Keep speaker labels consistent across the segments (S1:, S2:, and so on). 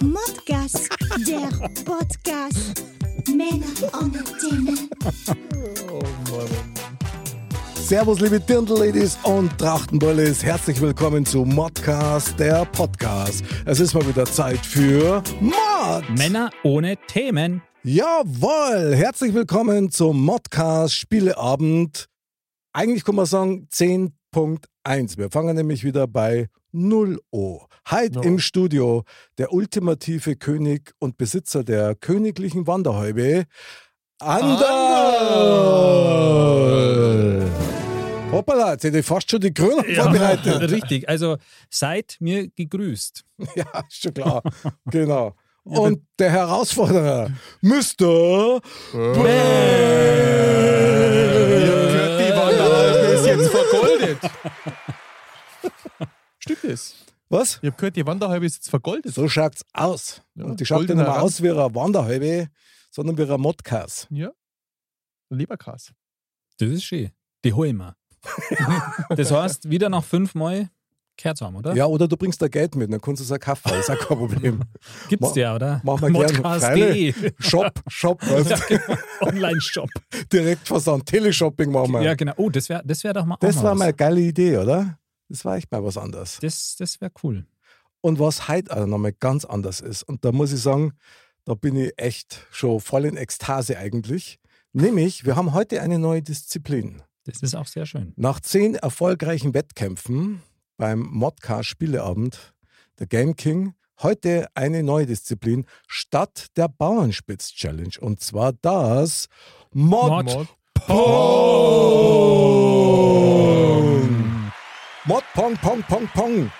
S1: Modcast, der Podcast. Männer ohne Themen.
S2: Servus, liebe Dirndl-Ladies und Trachtenbullis. Herzlich willkommen zu Modcast, der Podcast. Es ist mal wieder Zeit für Mod.
S3: Männer ohne Themen.
S2: Jawohl, herzlich willkommen zum Modcast Spieleabend. Eigentlich kann man sagen 10.1. Wir fangen nämlich wieder bei 0 Uhr. Heute im Studio der ultimative König und Besitzer der königlichen Wanderhäube, Anderl. Hoppala, jetzt hätte ich fast schon die Krönung vorbereitet.
S3: Richtig, also seid mir gegrüßt.
S2: Ja, ist schon klar. genau. Und der Herausforderer, Mr.
S4: gehört, die Wanderhalbe ist jetzt vergoldet. Stimmt es?
S2: Was?
S4: Ich habe gehört, die Wanderhalbe ist jetzt vergoldet.
S2: So schaut's aus.
S4: Ja,
S2: Und die schaut ja nicht
S4: goldener
S2: mehr
S4: Rand.
S2: aus wie eine Wanderhalbe, sondern wie ein Modcast.
S4: Ja. Leberkas.
S3: Das ist schön. Die holen wir. das heißt, wieder nach fünf Mal kehrt haben, oder?
S2: Ja, oder du bringst da Geld mit, dann kannst du es auch kaufen, ist auch kein Problem.
S3: Gibt's
S2: Ma-
S3: ja, oder?
S2: Machen wir gerne.
S3: Modcast.de.
S2: Freilich. Shop, Shop,
S3: Ja,
S2: weißt du,
S3: genau. Online-Shop.
S2: direkt versand. Teleshopping machen wir.
S3: Ja, genau. Oh, das wäre das wär doch mal. auch
S2: das war
S3: was.
S2: mal eine geile Idee, oder? Das war echt mal was anderes.
S3: Das, das wäre cool.
S2: Und was heute auch nochmal ganz anders ist, und da muss ich sagen, da bin ich echt schon voll in Ekstase eigentlich. Nämlich, wir haben heute eine neue Disziplin.
S3: Das ist auch sehr schön.
S2: Nach zehn erfolgreichen Wettkämpfen beim Modcast Spieleabend, der Game King, heute eine neue Disziplin statt der Bauernspitz Challenge. Und zwar das Mod,
S3: Mod-
S2: Pong. Mod Pong, Pong, Pong, Pong.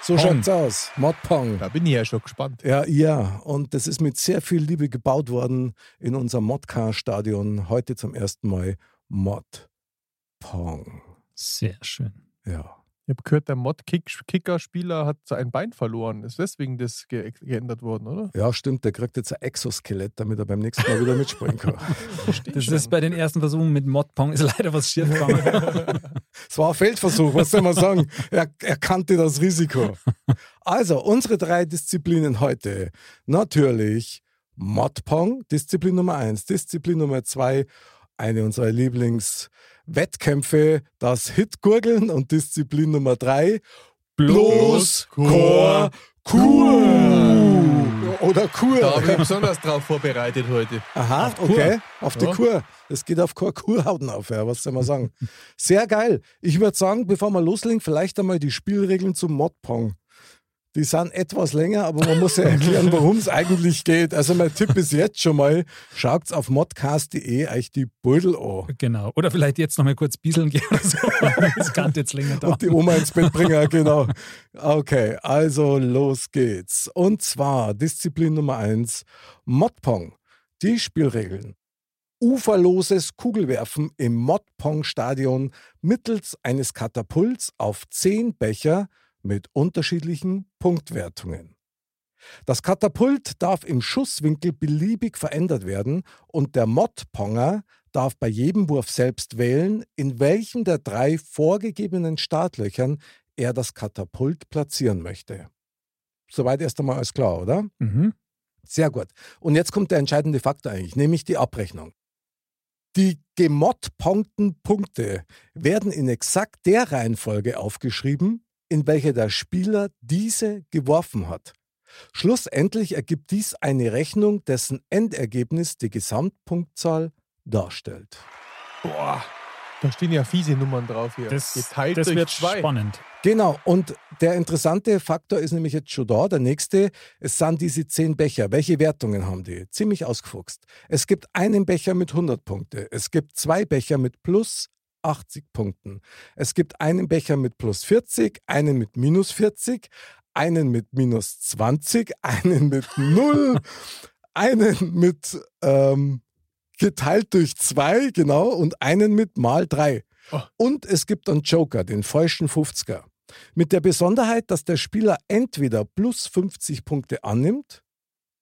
S2: So
S3: Pong.
S2: schaut's aus. Mod Pong.
S4: Da bin ich ja schon gespannt.
S2: Ja, ja, und das ist mit sehr viel Liebe gebaut worden in unserem Modcar-Stadion. Heute zum ersten Mal Mod Pong.
S3: Sehr schön.
S2: Ja.
S4: Ich habe gehört, der Mod-Kicker-Spieler hat ein Bein verloren. Ist deswegen das ge geändert worden, oder?
S2: ja, stimmt, der kriegt jetzt ein Exoskelett, damit er beim nächsten Mal wieder mitspringen kann.
S3: Das ist bei den ersten Versuchen mit Modpong ist leider was schief gegangen.
S2: Es war ein Feldversuch, was soll man sagen? Er, er kannte das Risiko. Also, unsere drei Disziplinen heute. Natürlich Modpong, Disziplin Nummer eins, Disziplin Nummer zwei, eine unserer Lieblingswettkämpfe, das Hitgurgeln und Disziplin Nummer drei, bloß Chor Kur. Oder
S4: Da bin ich
S2: Kur.
S4: besonders drauf vorbereitet heute.
S2: Aha,
S4: Kur.
S2: okay. Auf die
S4: Ja.
S2: Kur. Es geht auf Kur Kurhauten auf, ja, was soll man sagen. Sehr geil. Ich würde sagen, bevor wir loslegen, vielleicht einmal die Spielregeln zum Modpong. Die sind etwas länger, aber man muss ja erklären, worum es eigentlich geht. Also mein Tipp ist jetzt schon mal, schaut auf modcast.de euch die Beutel an.
S3: genau. Oder vielleicht jetzt nochmal kurz bieseln gehen oder so. Das kann jetzt länger dauern.
S2: Und die Oma ins Bett bringen, genau. Okay, also los geht's. Und zwar Disziplin Nummer eins: Modpong. Die Spielregeln. Uferloses Kugelwerfen im Modpong-Stadion mittels eines Katapults auf zehn Becher mit unterschiedlichen Punktwertungen. Das Katapult darf im Schusswinkel beliebig verändert werden und der Modponger darf bei jedem Wurf selbst wählen, in welchem der drei vorgegebenen Startlöchern er das Katapult platzieren möchte. Soweit erst einmal alles klar, oder?
S3: Mhm.
S2: Sehr gut. Und jetzt kommt der entscheidende Faktor eigentlich, nämlich die Abrechnung. Die gemottpunkten Punkte werden in exakt der Reihenfolge aufgeschrieben, in welcher der Spieler diese geworfen hat. Schlussendlich ergibt dies eine Rechnung, dessen Endergebnis die Gesamtpunktzahl darstellt.
S4: Boah. Da stehen ja fiese Nummern drauf hier.
S3: Das,
S4: Geteilt
S3: das
S4: durch
S3: wird
S4: zwei.
S3: spannend.
S2: Genau, und der interessante Faktor ist nämlich jetzt schon da. Der nächste, es sind diese zehn Becher. Welche Wertungen haben die? Ziemlich ausgefuchst. Es gibt einen Becher mit 100 Punkte. Es gibt zwei Becher mit plus 80 Punkten. Es gibt einen Becher mit plus 40, einen mit minus 40, einen mit minus 20, einen mit 0, einen mit ähm, geteilt durch zwei, genau, und einen mit mal drei. Und es gibt einen Joker, den falschen 50er. Mit der Besonderheit, dass der Spieler entweder plus 50 Punkte annimmt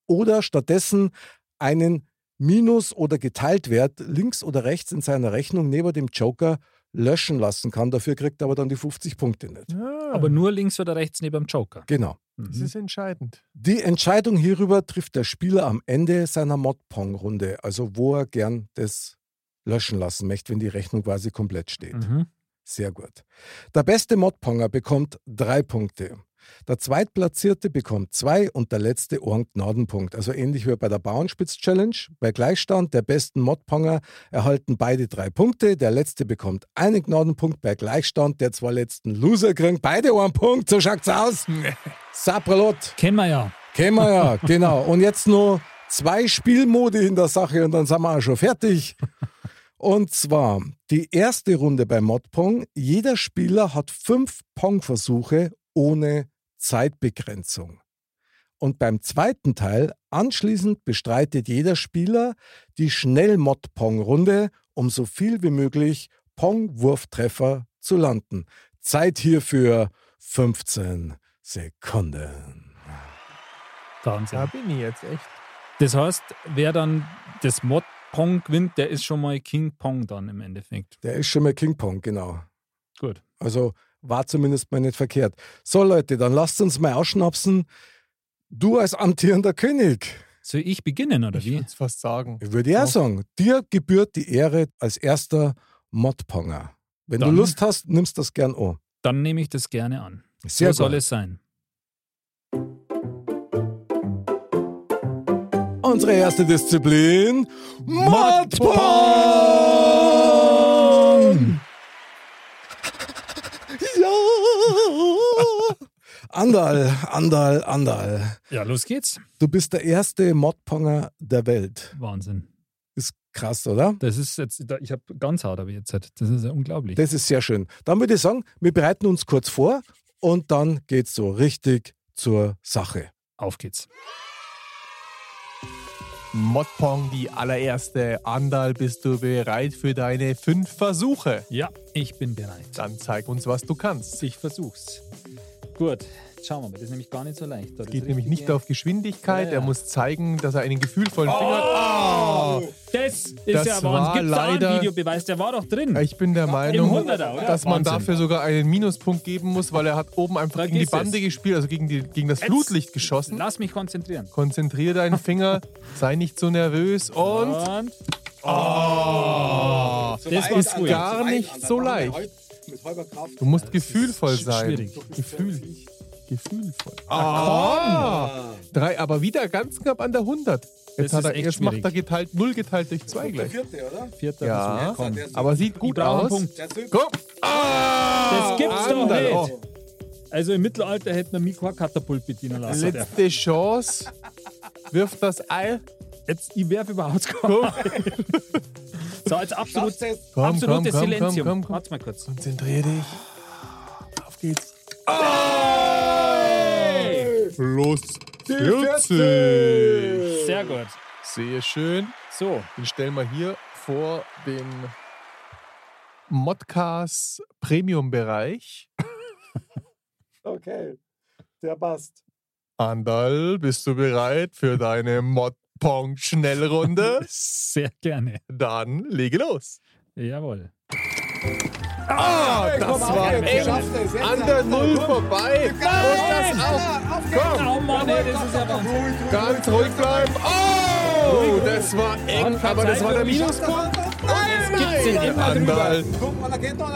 S2: oder stattdessen einen Minus- oder Geteiltwert links oder rechts in seiner Rechnung neben dem Joker löschen lassen kann. Dafür kriegt er aber dann die 50 Punkte nicht.
S4: Ah,
S3: Aber nur links oder rechts neben dem Joker. Mhm.
S2: Genau.
S4: das ist entscheidend.
S2: Die Entscheidung hierüber trifft der Spieler am Ende seiner Modpong-Runde, also wo er gern das löschen lassen möchte, wenn die Rechnung quasi komplett steht.
S3: Mhm.
S2: Sehr gut. Der beste Modponger bekommt drei Punkte. Der Zweitplatzierte bekommt zwei und der letzte einen Gnadenpunkt. Also ähnlich wie bei der Bauernspitz-Challenge. Bei Gleichstand der besten Modponger erhalten beide drei Punkte. Der letzte bekommt einen Gnadenpunkt. Bei Gleichstand der zwei letzten Loser kriegen beide einen Punkt. So schaut's aus. Sapralot.
S3: Kennen wir ja.
S2: Kennen wir ja, genau. Und jetzt nur zwei Spielmodi in der Sache und dann sind wir auch schon fertig. Und zwar die erste Runde bei Modpong. Jeder Spieler hat fünf Pong-Versuche ohne Zeitbegrenzung. Und beim zweiten Teil anschließend bestreitet jeder Spieler die Schnell-Mod-Pong-Runde, um so viel wie möglich Pong-Wurftreffer zu landen. Zeit hierfür 15 Sekunden.
S3: Wahnsinn.
S4: Da bin ich jetzt echt.
S3: Das heißt, wer dann das Mod Pong gewinnt, der ist schon mal King Pong dann im Endeffekt.
S2: Der ist schon mal King Pong, genau.
S3: Gut.
S2: Also war zumindest mal nicht verkehrt. So Leute, dann lasst uns mal ausschnapsen. Du als amtierender König,
S3: Soll ich beginnen, oder
S4: Ich
S3: wie?
S4: würde es fast sagen.
S2: würde ich auch sagen, dir gebührt die Ehre als erster Modponger. Wenn
S3: Dann-
S2: du Lust hast, nimmst das gern an.
S3: Dann nehme ich das gerne an.
S2: Sehr
S3: so soll
S2: gut.
S3: es sein.
S2: Unsere erste Disziplin: Modpong!
S3: Modpong!
S2: Ja! Andal, Andal, Andal.
S3: Ja, los geht's.
S2: Du bist der erste Modponger der Welt.
S3: Wahnsinn.
S2: Ist krass, oder?
S3: Das ist jetzt, da- ich habe ganz hart aber jetzt. Das ist ja unglaublich.
S2: Das ist sehr schön. Dann würde ich sagen, wir bereiten uns kurz vor und dann geht's so richtig zur Sache.
S3: Auf geht's.
S4: Modpong, die allererste. Andal, bist du bereit für deine fünf Versuche?
S3: Ja, ich bin bereit.
S4: Dann zeig uns, was du kannst.
S3: Ich versuch's. Gut, schauen wir mal. Das ist nämlich gar nicht so leicht. Da das
S4: Geht nämlich
S3: richtige-
S4: nicht auf Geschwindigkeit.
S3: Ja, ja.
S4: Er muss zeigen, dass er einen gefühlvollen Finger hat. Oh!
S3: Das ist
S4: Das
S3: ja
S4: war
S3: Wahnsinn. Gibt's da einen
S4: leider-
S3: Videobeweis? Der war doch drin.
S4: Ich bin der Meinung,
S3: 100er, oder?
S4: dass man
S3: Wahnsinn.
S4: dafür sogar einen Minuspunkt geben muss, weil er hat oben einfach gegen
S3: Vergiss
S4: die
S3: es.
S4: Bande gespielt, also gegen, die, gegen das
S3: Jetzt.
S4: Flutlicht geschossen.
S3: Lass mich konzentrieren.
S4: Konzentriere deinen Finger, sei nicht so nervös und
S3: Und. Oh! Das
S4: ist
S3: war's gut.
S4: Ah. gar nicht so leicht. Du musst gefühlvoll sein.
S3: schwierig.
S4: Gefühl, gefühlvoll. Ah, Drei, aber wieder ganz knapp an der 100. Jetzt,
S3: Das
S4: hat
S3: ist
S4: er,
S3: echt
S4: jetzt macht er
S3: schwierig.
S4: geteilt, null geteilt durch zwei gleich.
S3: Vierter
S4: Ja,
S3: Versuch. Komm.
S4: aber sieht gut
S3: brauche einen
S4: aus.
S3: Punkt.
S4: Komm. Ah,
S3: Das gibt's doch
S4: Anderl.
S3: nicht.
S4: Oh,
S3: Also im Mittelalter hätten wir mich kein Katapult bedienen lassen. dürfen.
S4: letzte Chance. Wirf das Ei.
S3: Jetzt, ich werfe überhaupt
S4: Oh.
S3: gar So, jetzt absolut,
S4: Komm,
S3: absolutes
S4: komm, komm,
S3: Silenzium.
S4: komm, komm.
S3: Warte mal kurz.
S4: Konzentrier dich. Auf geht's. Plus 40.
S3: Sehr gut.
S4: Sehr schön.
S3: So,
S4: Den stellen wir hier vor den Modcast Premium-Bereich.
S2: Okay, der passt.
S4: Andal, bist du bereit für deine Modpong-Schnellrunde?
S3: sehr gerne.
S4: Dann lege los.
S3: Jawohl.
S4: Ah, das war eng. An der Null vorbei. Und das auch. Komm,
S3: Oh Mann, ey, das ist ja Wahnsinn.
S4: ganz ruhig bleiben. Oh, das war eng, aber das war der Minuspunkt. Nein, nein. Andal,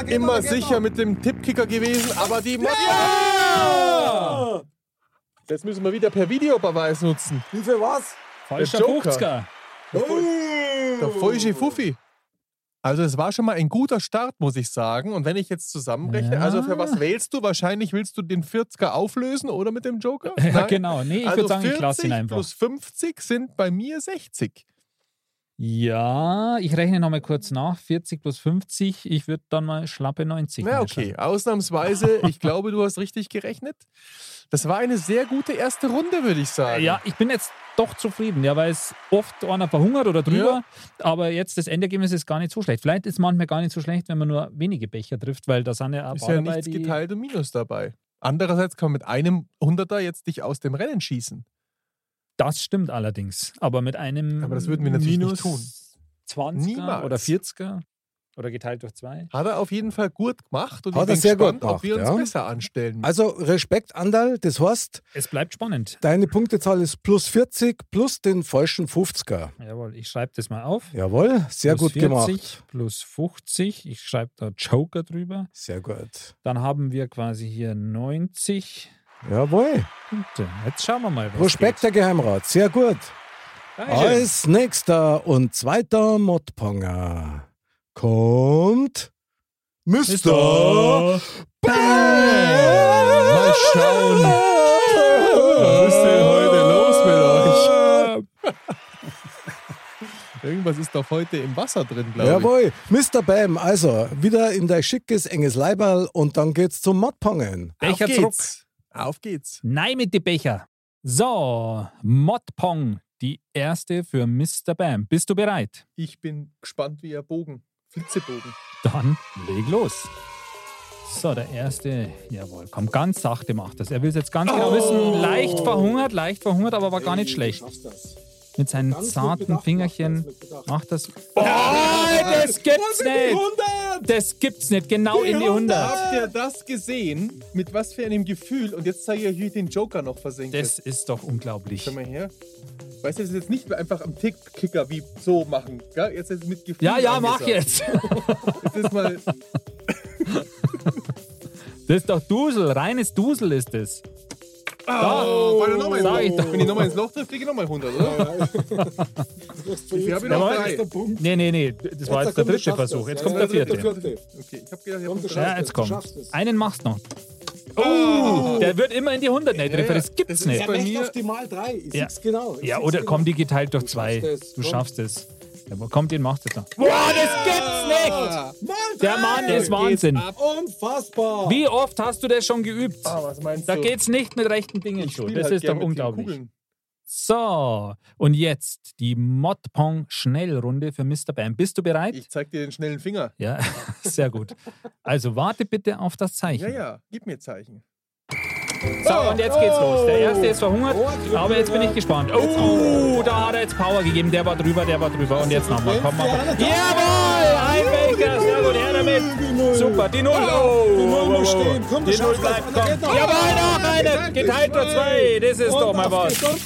S4: immer sicher mit dem Tippkicker gewesen, aber die Mod ja! Jetzt müssen wir wieder per Videobeweis nutzen.
S2: Wie viel war's?
S3: Falscher
S4: Der Joker.
S3: 50er.
S4: Der falsche Fuffi. Also es war schon mal ein guter Start, muss ich sagen. Und wenn ich jetzt zusammenrechne,
S3: Ja.
S4: also für was wählst du? Wahrscheinlich willst du den 40er auflösen oder mit dem Joker?
S3: Ja,
S4: Nein.
S3: genau. Nee, ich
S4: also
S3: würde sagen, ich lasse ihn einfach.
S4: plus 50 sind bei mir 60.
S3: Ja, ich rechne nochmal kurz nach. 40 plus 50, ich würde dann mal schlappe 90.
S4: Na okay, ausnahmsweise, ich glaube, du hast richtig gerechnet. Das war eine sehr gute erste Runde, würde ich sagen.
S3: Ja, ich bin jetzt doch zufrieden, ja, weil es oft einer verhungert oder drüber, aber jetzt das Endergebnis ist gar nicht so schlecht. Vielleicht ist manchmal gar nicht so schlecht, wenn man nur wenige Becher trifft, weil da sind ja auch
S4: Ist
S3: paar
S4: ja
S3: dabei,
S4: nichts
S3: die-
S4: geteilt und Minus dabei. Andererseits kann man mit einem Hunderter jetzt dich aus dem Rennen schießen.
S3: Das stimmt allerdings, aber mit einem
S4: Aber das würden wir natürlich
S3: minus
S4: nicht tun.
S3: 20er
S4: Niemals.
S3: oder 40er oder geteilt durch zwei.
S4: Hat er auf jeden Fall gut gemacht und
S2: Hat
S4: ich
S2: er
S4: bin
S2: sehr gut
S4: gespannt,
S2: gemacht,
S4: ob wir uns
S2: ja.
S4: besser anstellen.
S2: Also Respekt, Andal, das heißt,
S3: Es bleibt spannend.
S2: deine Punktezahl ist plus 40 plus den falschen 50er.
S3: Jawohl, ich schreibe das mal auf.
S2: Jawohl, sehr
S3: plus
S2: gut gemacht.
S3: Plus 50, ich schreibe da Joker drüber.
S2: Sehr gut.
S3: Dann haben wir quasi hier 90
S2: Jawohl.
S3: Punkte. Jetzt schauen wir mal, was
S2: Respekt,
S3: geht.
S2: der Geheimrat. Sehr gut.
S3: Dankeschön.
S2: Als nächster und zweiter Modponger kommt Mr.
S3: Mr.
S4: Mal schauen. Was ist denn heute los mit euch? Irgendwas ist doch heute im Wasser drin, glaube ich.
S2: Jawohl, Mr. Bam, also wieder in dein schickes, enges Leiberl und dann geht's zum Modpongen.
S3: Becher zurück.
S4: Auf geht's.
S3: Nein mit die Becher. So, Modpong, die erste für Mr. Bam. Bist du bereit?
S4: Ich bin gespannt wie ein Bogen. Flitzebogen.
S3: Dann leg los. So, der erste, jawohl, komm, ganz sachte macht das. Er will es jetzt ganz genau wissen. Leicht verhungert, leicht verhungert, aber war gar nicht schlecht. Mit seinen zarten Fingerchen macht das. Oh, das gibt's nicht!
S4: 100!
S3: Das gibt's nicht, genau in die 100.
S4: Habt ihr das gesehen? Mit was für einem Gefühl? Und jetzt zeige ich euch, wie ich den Joker noch versenke.
S3: Das ist doch unglaublich.
S4: Schau mal her. Weißt du, das ist jetzt nicht mehr einfach am Tick-Kicker wie so machen. Gell? Jetzt ist es mit Gefühl.
S3: Ja, ja, mach
S4: angesagt.
S3: jetzt!
S4: Jetzt ist mal
S3: Das ist doch Dusel, reines Dusel ist es. Ah,
S4: Oh, war der nochmal ins
S3: sag ich
S4: Loch?
S3: doch.
S4: Wenn ich nochmal ins Loch treffe, kriege ich nochmal 100, oder? ich habe noch
S3: Jawohl.
S4: drei.
S3: Nee, nee, nee, das war jetzt der dritte Versuch. Jetzt kommt der vierte.
S4: Okay, ich habe gedacht, ich habe noch
S3: Ja, jetzt kommt. Einen machst noch. Oh, der wird immer in die 100 nicht treffen. Das gibt's nicht.
S4: bei mir.
S2: Mal drei, ich
S3: Ja.
S4: genau,
S3: Ja, oder komm, die geteilt durch zwei. Du schaffst es. Ja, aber komm, den machst du doch. Boah, das
S4: Ah.
S3: gibt's nicht! Der Mann ist Wahnsinn.
S2: Unfassbar.
S3: Wie oft hast du das schon geübt?
S4: Ah, was meinst
S3: Da
S4: du?
S3: geht's nicht mit rechten Dingen
S4: Ich
S3: zu.
S4: spiel
S3: Das
S4: halt
S3: ist doch
S4: gern mit den
S3: unglaublich.
S4: Kugeln.
S3: So, und jetzt die Modpong-Schnellrunde für Mr. Bam. Bist du bereit?
S4: Ich zeig dir den schnellen Finger.
S3: Ja, sehr gut. Also warte bitte auf das Zeichen.
S4: Ja, ja, gib mir Zeichen.
S3: So, und jetzt geht's los. Der erste ist verhungert, aber jetzt bin ich gespannt. Oh, da hat er jetzt Power gegeben. Der war drüber, der war drüber. Und jetzt nochmal. Komm mal. Jawohl! Ein Baker, sehr gut. Her damit. Super, die Null. Oh, die Null muss stehen. Die Null bleibt. Komm. Jawohl, noch eine. Geteilt durch zwei. Das ist doch mal was. Und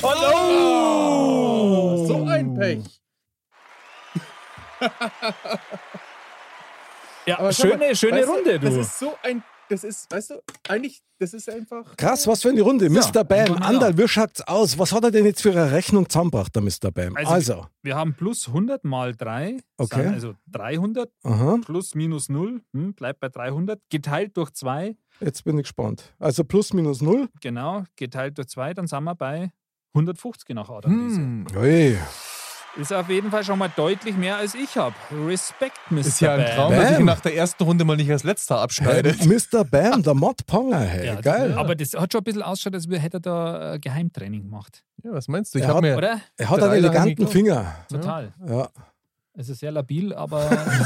S3: oh!
S4: So ein Pech.
S3: Ja,
S4: schau mal,
S3: schöne, schöne
S4: weißt
S3: Runde,
S4: Das
S3: du.
S4: ist so ein. Das ist, weißt du, eigentlich, das ist einfach.
S2: Krass, was für eine Runde. Mr. Bam,
S4: genau.
S3: einfach mal
S2: Andal, wie schaut's aus? Was hat er denn jetzt für eine Rechnung zusammengebracht, der Mr. Bam?
S3: Also,
S2: Also,
S3: Wir haben plus 100 mal 3,
S2: Okay.
S3: also 300
S2: aha,
S3: plus minus 0, hm, bleibt bei 300, geteilt durch 2,
S2: jetzt bin ich gespannt. Also plus minus null.
S3: genau, geteilt durch 2, dann sind wir bei 150 nach Adamwiese.
S4: Hm.
S2: Ui.
S3: Ist auf jeden Fall schon mal deutlich mehr als ich habe. Respekt, Mr.
S4: Ist ja ein
S3: Bam.
S4: Traum,
S2: Bam.
S4: dass ich nach der ersten Runde mal nicht als letzter abschneide.
S2: Hey, Mr. Bam, der Modponger, hey,
S3: Ja,
S2: geil.
S3: Aber das hat schon ein bisschen ausgeschaut, als hätte er da äh, Geheimtraining gemacht.
S4: Ja, was meinst du? Ich
S2: Er
S4: habe
S2: hat-
S4: mir.
S3: Oder?
S2: er hat
S4: drei
S2: einen eleganten
S4: Lange-
S2: Finger.
S3: Total.
S2: Ja.
S3: Also sehr labil, aber
S2: Sehr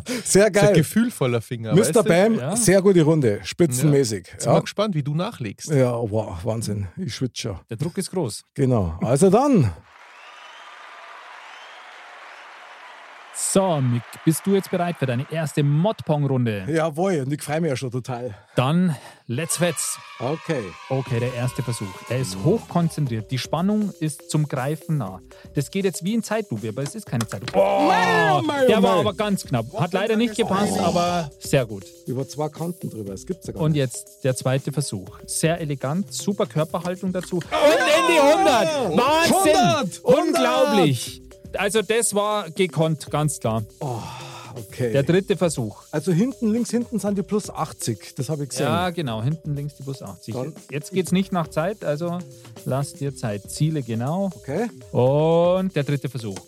S4: Das ist ein
S2: geil.
S4: gefühlvoller Finger. weißt
S2: Mr.
S4: du?
S2: Bam,
S3: Ja.
S2: sehr gute Runde, spitzenmäßig.
S4: Jetzt bin ich mal
S2: Ja.
S4: gespannt, wie du nachlegst.
S2: Ja. wow, Wahnsinn. Ich schwitze schon.
S3: der Druck ist groß.
S2: Genau. Also dann,
S3: So, Mick, bist du jetzt bereit für deine erste Modpong-Runde?
S2: jawohl, und ich freue mich ja schon total.
S3: Dann let's fetz.
S2: Okay.
S3: Okay, der erste Versuch. Er ist hochkonzentriert. Die Spannung ist zum Greifen nah. Das geht jetzt wie in Zeitlupe, aber es ist keine Zeitlupe. Oh,
S2: mei, oh,
S3: der war
S2: mei.
S3: aber ganz knapp. Hat leider nicht gepasst, aber sehr gut.
S2: Über zwei Kanten drüber, es gibt's ja gar
S3: Und
S2: nicht.
S3: jetzt der zweite Versuch. Sehr elegant, super Körperhaltung dazu. Und in die 100! Wahnsinn!
S2: 100!
S3: Unglaublich! also das war gekonnt, ganz klar.
S2: Okay.
S3: Der dritte Versuch.
S2: also hinten, links hinten sind die plus 80. Das habe ich gesehen.
S3: Ja, genau, hinten links die plus 80.
S2: Dann-
S3: Jetzt geht's nicht nach Zeit, also lass dir Zeit. Ziele genau.
S2: Okay.
S3: Und der dritte Versuch.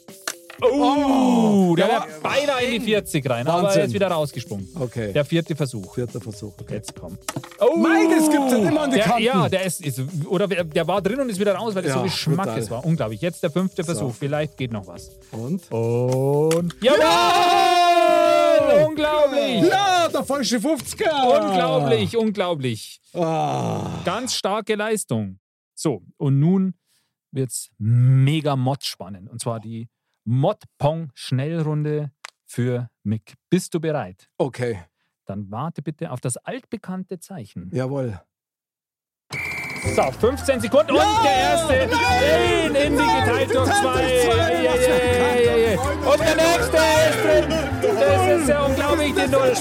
S3: Oh, der
S2: der
S3: war beinahe in die 40 rein, aber
S2: Wahnsinn.
S3: er ist wieder rausgesprungen.
S2: Okay.
S3: Der vierte Versuch.
S2: Vierter Versuch. Okay.
S3: Jetzt kommt. Oh,
S2: Mei, das gibt's ja immer an die
S3: der,
S2: Kanten.
S3: Ja, der ist, ist oder wer- der war drin und ist wieder raus, weil das
S2: Ja,
S3: so geschmackes
S2: brutal.
S3: war. Unglaublich. Jetzt der fünfte Versuch. Vielleicht geht noch was.
S2: Und?
S3: Oh. Und jawohl! Unglaublich!
S2: Ja, Ah, der falsche 50er.
S3: Unglaublich, unglaublich.
S2: Ah.
S3: Ganz starke Leistung. So, und nun wird's mega Mod spannend. Und zwar die Mod-Pong-Schnellrunde für Mick. Bist du bereit?
S2: Okay.
S3: Dann warte bitte auf das altbekannte Zeichen.
S2: Jawohl.
S3: So, 15 Sekunden und der erste nein, in die geteilt durch zwei. Ei, ei, ei, ei, ei. Und der nächste ist drin. Das ist ja unglaublich, die Null.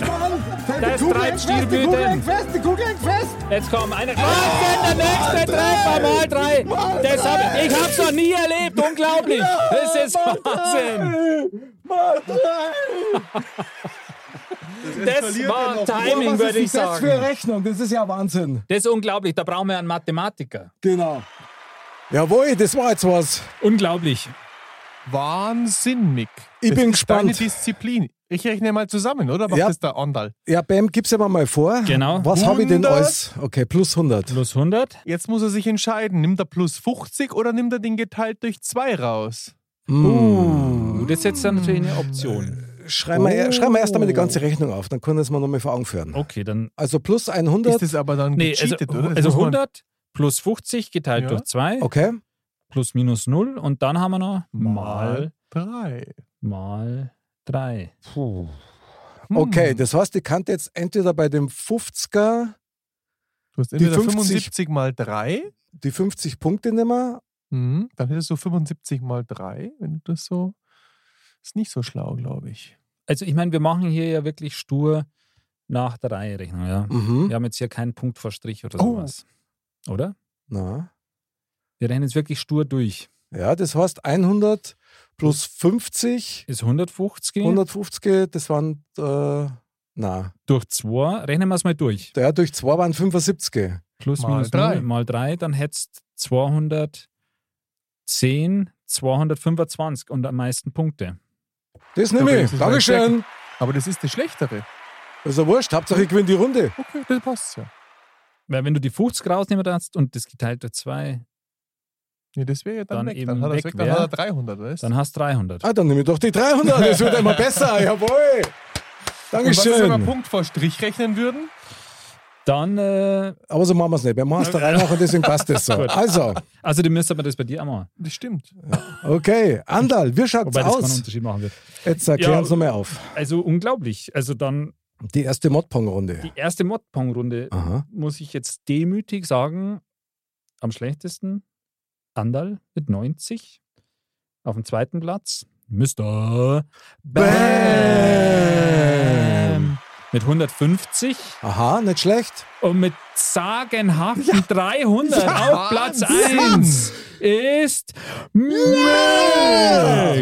S3: Da ist drei Stielblüten.
S2: fest, die Kugel hängt fest.
S3: Jetzt kommen eine. Was denn der nächste Treffer? Mal drei. Das hab ich, ich hab's noch nie erlebt. Unglaublich. Das ist Wahnsinn.
S2: Mal drei.
S3: Das war Timing,
S2: Was
S3: würde ich
S2: ist denn das für eine
S3: sagen.
S2: Rechnung? Das ist ja Wahnsinn.
S3: Das ist unglaublich. Da brauchen wir einen Mathematiker.
S2: Genau. Jawohl, das war jetzt was.
S3: Unglaublich.
S4: Wahnsinn, Mick.
S2: Ich
S4: Das
S2: bin
S4: ist Deine
S2: gespannt.
S4: Disziplin. Ich rechne mal zusammen, oder? Macht
S2: Ja.
S4: das der Andal?
S2: Ja, Bam, gib's ja mal vor.
S3: Genau.
S2: Was habe ich denn
S4: 100?
S2: alles? Okay, plus 100.
S3: Plus 100.
S4: Jetzt muss er sich entscheiden. Nimmt er plus 50 oder nimmt er den geteilt durch 2 raus?
S3: Uh, das ist jetzt dann natürlich eine Option.
S2: Schreib mal, Hm. er- schreib mal erst einmal die ganze Rechnung auf, dann können wir es mal nochmal vor Augen führen.
S3: Okay, dann
S2: Also plus
S4: Ist
S2: 100.
S4: das aber dann
S3: Nee, also,
S4: gecheatet, oder? Das
S3: also
S4: muss man-
S3: 100 plus 50 geteilt
S4: Ja.
S3: durch 2
S2: Okay.
S3: plus minus 0 und dann haben wir noch mal
S4: drei.
S3: mal 3.
S4: Hm.
S2: Okay, das heißt, ich kann jetzt entweder bei dem 50er
S4: Du hast entweder
S2: 50
S4: 75 mal 3,
S2: die 50 Punkte nehmen.
S4: mhm. dann hättest du 75 mal 3, wenn du das so. Ist nicht so schlau, glaube ich.
S3: Also ich meine, wir machen hier ja wirklich stur nach der Reihe Rechnung, ja.
S2: Mhm.
S3: Wir haben jetzt hier keinen Punkt vor Strich oder
S2: Oh.
S3: sowas. Oder?
S2: Na.
S3: Wir rechnen jetzt wirklich stur durch.
S2: Ja, das heißt 100 plus 50,
S3: Ist 150
S4: Mhm.
S2: 150, das waren, äh, na,
S3: durch 2, rechnen wir es mal durch.
S2: der durch 2 waren 75.
S3: Plus
S4: Mal
S3: minus
S4: drei.
S3: 0 mal 3, dann hättest 210, 225 und am meisten Punkte.
S2: Das nehme
S4: Okay,
S2: ich.
S4: das ist
S2: Dankeschön.
S4: Aber das ist das Schlechtere.
S2: Ist ja wurscht, Hauptsache ich gewinne die Runde.
S4: Okay, das passt ja.
S3: Weil wenn du die 50 rausnehmen darfst und das geteilt durch 2,
S4: Nee, das wäre ja dann,
S3: Dann
S4: weg.
S3: eben
S4: Dann hat er
S3: weg
S4: es weg, dann
S3: wär-
S4: hat er 300, weißt du?
S3: dann hast du 300.
S2: Ah, dann nehme ich doch die 300, das wird immer besser. Jawohl.
S4: Und was ist, wenn wir
S2: Dankeschön.
S4: Punkt vor Strich rechnen würden?
S3: Dann, äh,
S2: Aber so machen wir es nicht. Wir machen es da rein und deswegen passt das so.
S3: Gut.
S2: Also,
S3: also du müsstest aber das bei dir auch machen.
S4: Das stimmt.
S2: okay. Andal, wie schaut's
S3: Wobei das keinen
S2: aus?
S3: Unterschied machen wird.
S2: Jetzt erklär
S3: Ja.
S2: uns nochmal auf.
S3: Also unglaublich. Also dann
S2: Die erste Modpong-Runde.
S3: die erste Modpong-Runde,
S2: Aha.
S3: muss ich jetzt demütig sagen, am schlechtesten Andal mit 90. Auf dem zweiten Platz Mr. Bam mit 150
S2: Aha, nicht schlecht.
S3: und mit sagenhaften 300 auf Platz
S4: Wahnsinn.
S3: 1 ist Mick.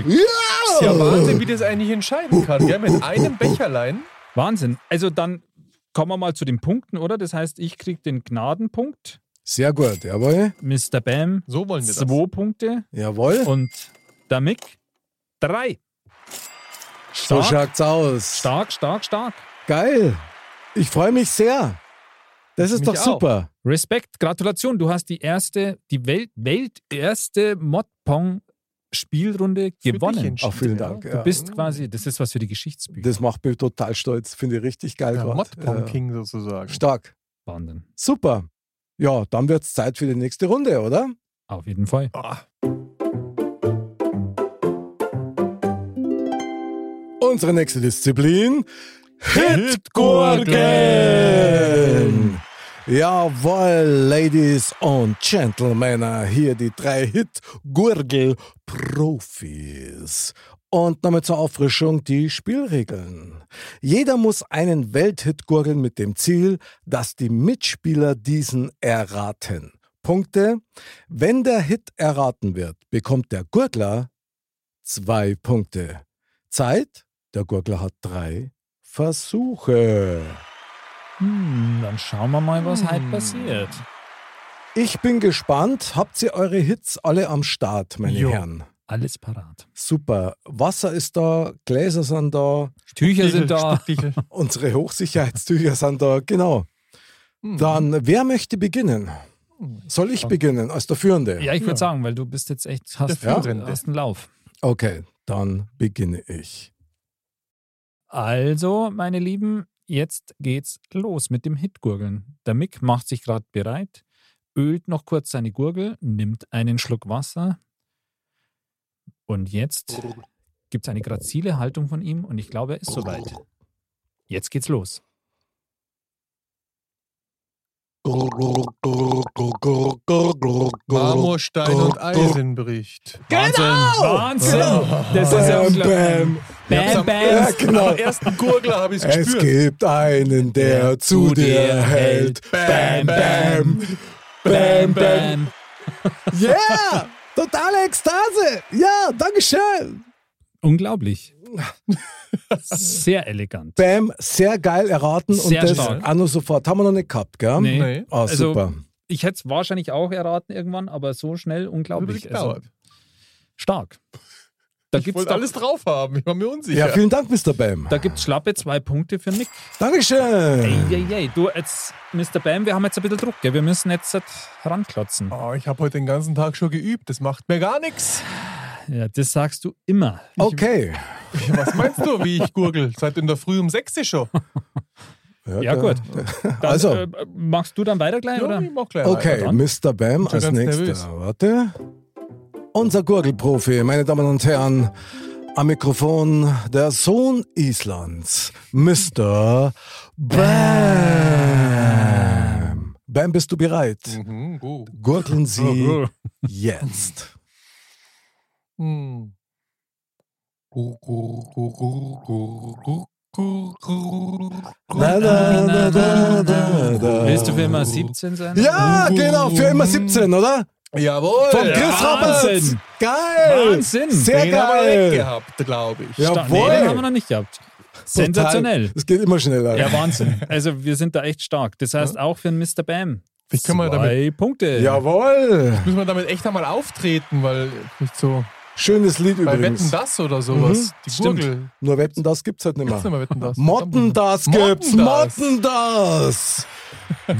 S4: Ist ja Wahnsinn, wie das eigentlich entscheiden kann, gell? Mit einem Becherlein.
S3: Wahnsinn. Also dann kommen wir mal zu den Punkten, oder? Das heißt, ich kriege den Gnadenpunkt,
S2: Sehr gut, jawohl.
S3: Mr. Bam
S4: So wollen wir das.
S3: zwei Punkte
S2: Jawohl.
S3: und der Mick drei.
S2: So
S3: Stark,
S2: schaut's aus.
S3: stark, stark, stark.
S2: Geil. Ich freue mich sehr. Das ist
S4: Mich
S2: doch
S4: auch.
S2: super.
S3: Respekt, Gratulation. Du hast die erste, die Welt, welterste Modpong-Spielrunde
S4: Für dich
S3: gewonnen.
S4: entschieden,
S2: Auch vielen
S4: ja. Mhm.
S2: Dank.
S3: Du
S2: Ja.
S3: bist quasi, das ist was für die Geschichtsbücher.
S2: Das macht mich total stolz. Finde ich richtig geil.
S4: Der
S2: grad.
S4: Modpong
S2: ja.
S4: King sozusagen.
S2: Stark.
S3: Wahnsinn.
S2: Super. Ja, dann wird's Zeit für die nächste Runde, oder?
S3: Auf jeden Fall.
S2: oh.
S4: Ah,
S2: Unsere nächste Disziplin.
S3: Hitgurken!
S2: Jawohl, Ladies und Gentlemen, hier die drei Hit-Gurgel-Profis. Und nochmal zur Auffrischung die Spielregeln. Jeder muss einen Welthit gurgeln mit dem Ziel, dass die Mitspieler diesen erraten. Punkte. Wenn der Hit erraten wird, bekommt der Gurgler zwei Punkte. Zeit, der Gurgler hat drei Versuche.
S3: Hm, dann schauen wir mal, was
S2: Hm.
S3: halt passiert.
S2: Ich bin gespannt. Habt ihr eure Hits alle am Start, meine
S3: Jo.
S2: Herren?
S3: Alles parat.
S2: Super. Wasser ist da, Gläser sind da,
S3: Tücher sind da.
S4: Stichel.
S2: unsere Hochsicherheitstücher sind da, genau.
S4: Hm.
S2: Dann, wer möchte beginnen? Soll ich beginnen als der Führende?
S3: Ja, ich würde sagen, weil du bist jetzt echt, hast,
S4: Der
S3: ja.
S4: Führende.
S3: hast einen Lauf.
S2: Okay, dann beginne ich.
S3: Also, meine Lieben, jetzt geht's los mit dem Hitgurgeln. Der Mick macht sich gerade bereit, ölt noch kurz seine Gurgel, nimmt einen Schluck Wasser und jetzt gibt's eine grazile Haltung von ihm und ich glaube, er ist soweit. Jetzt geht's los.
S4: Marmorstein und Eisenbricht.
S2: Genau!
S3: Wahnsinn! Wahnsinn! Das ist ja
S2: Bam,
S3: unglaublich.
S2: Genau! bam.
S3: Bam,
S2: Ja,
S3: bam!
S2: genau.
S4: Am ersten Gurgler habe ich es
S2: Es
S4: gespürt.
S2: gibt einen, der zu dir hält. Bam, bam. Bam, bam. Yeah! Totale Ekstase! Ja, Dankeschön!
S3: Unglaublich. Sehr elegant.
S2: Bam, sehr geil erraten
S3: Sehr
S2: und das
S3: stark.
S2: auch noch sofort. Haben wir noch nicht gehabt, gell?
S3: Nee.
S4: Nee.
S2: Ah,
S3: Also-
S2: super.
S3: Ich hätte es wahrscheinlich auch erraten irgendwann, aber so schnell unglaublich. Also,
S4: gedauert.
S3: stark. Da
S4: Ich
S3: gibt es
S4: wollte alles drauf haben. Ich äh, war mir
S2: ja,
S4: unsicher.
S2: vielen Dank, Mr. Bam.
S3: da gibt's schlappe zwei Punkte für Nick.
S2: Dankeschön!
S3: Ey, ey, ey. Du, jetzt, Mr. Bam, wir haben jetzt ein bisschen Druck, gell? Wir müssen jetzt halt heranklotzen.
S4: oh, ich habe heute den ganzen Tag schon geübt. Das macht mir gar nichts.
S3: Ja, das sagst du immer.
S2: Oh. Okay.
S4: Was meinst du, wie ich gurgel? Seit in der Früh um 6 schon.
S2: da-
S3: Ja, gut. Dann,
S2: Also.
S3: Äh, machst du dann weiter gleich,
S4: Ja,
S3: oder?
S4: ich mach gleich
S2: Okay,
S4: weiter.
S2: Mr. Bam
S4: schon
S2: als
S4: ganz
S2: nächster.
S4: nervös.
S2: Warte. Unser Gurgelprofi, meine Damen und Herren, am Mikrofon der Sohn Islands, Mr. Bam. Bam, bist du bereit?
S4: Mhm, gut.
S2: Gurgeln Sie
S3: Oh,
S2: jetzt.
S4: Hm.
S2: Da, da, da, da, da, da.
S3: Willst du für immer 17 sein?
S2: Ja, genau, für immer 17, oder?
S4: Jawohl.
S2: Vom Chris
S3: Wahnsinn.
S2: Rabbelsitz. Geil.
S3: Wahnsinn.
S2: Sehr
S4: Den haben wir nicht
S2: geil.
S4: gehabt, glaube ich.
S2: Ja.
S3: Sta-
S2: Jawohl.
S3: Nee, den haben wir noch nicht gehabt. Sensationell.
S2: Total. Es geht immer schneller.
S3: Ja, Wahnsinn. Also wir sind da echt stark. Das heißt auch für einen Mr. Bam.
S4: Ich kann mal damit,
S3: Zwei Punkte.
S2: Jawohl.
S4: müssen wir damit echt einmal auftreten, weil nicht so
S2: Schönes Lied
S4: bei
S2: übrigens.
S4: Wetten das oder sowas. Die
S3: Mhm. Stimmt.
S4: Gurgel.
S2: Nur Wetten, das gibt's halt nicht
S4: Gibt's nicht
S2: mehr.
S4: mehr Wetten das?
S2: Motten das gibt's,
S4: Mottendas.
S2: Motten das!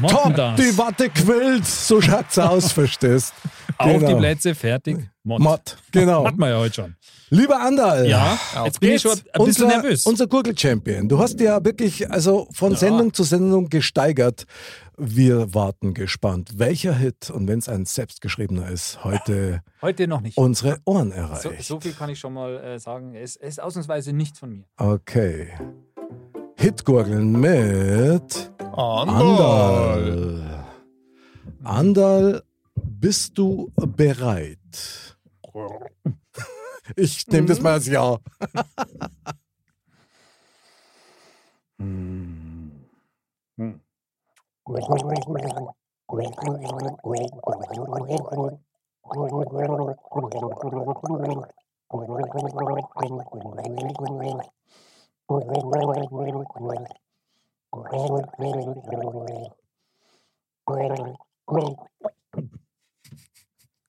S3: Motten
S2: Top,
S3: das.
S2: die Watte quillt, so schaut's aus, verstehst?
S3: Auf die
S2: Genau.
S3: Plätze, fertig. Mod.
S2: Mott, genau.
S3: Hatten wir ja heute schon.
S2: Lieber Anderl,
S3: Ja, jetzt bin ich schon ein bisschen
S2: unser,
S3: nervös.
S2: Unser Gurgel-Champion, du hast ja wirklich also von Sendung zu Sendung gesteigert. Wir warten gespannt, welcher Hit und wenn es ein selbstgeschriebener ist, heute
S3: heute noch nicht.
S2: unsere Ohren erreicht.
S3: So, so viel kann ich schon mal äh, sagen. Es, es ist ausnahmsweise nicht von mir.
S2: Okay. Hitgurgeln mit.
S4: Andal.
S2: Andal. Andal, bist du bereit? Ich nehme
S3: Mhm.
S2: das mal als Ja.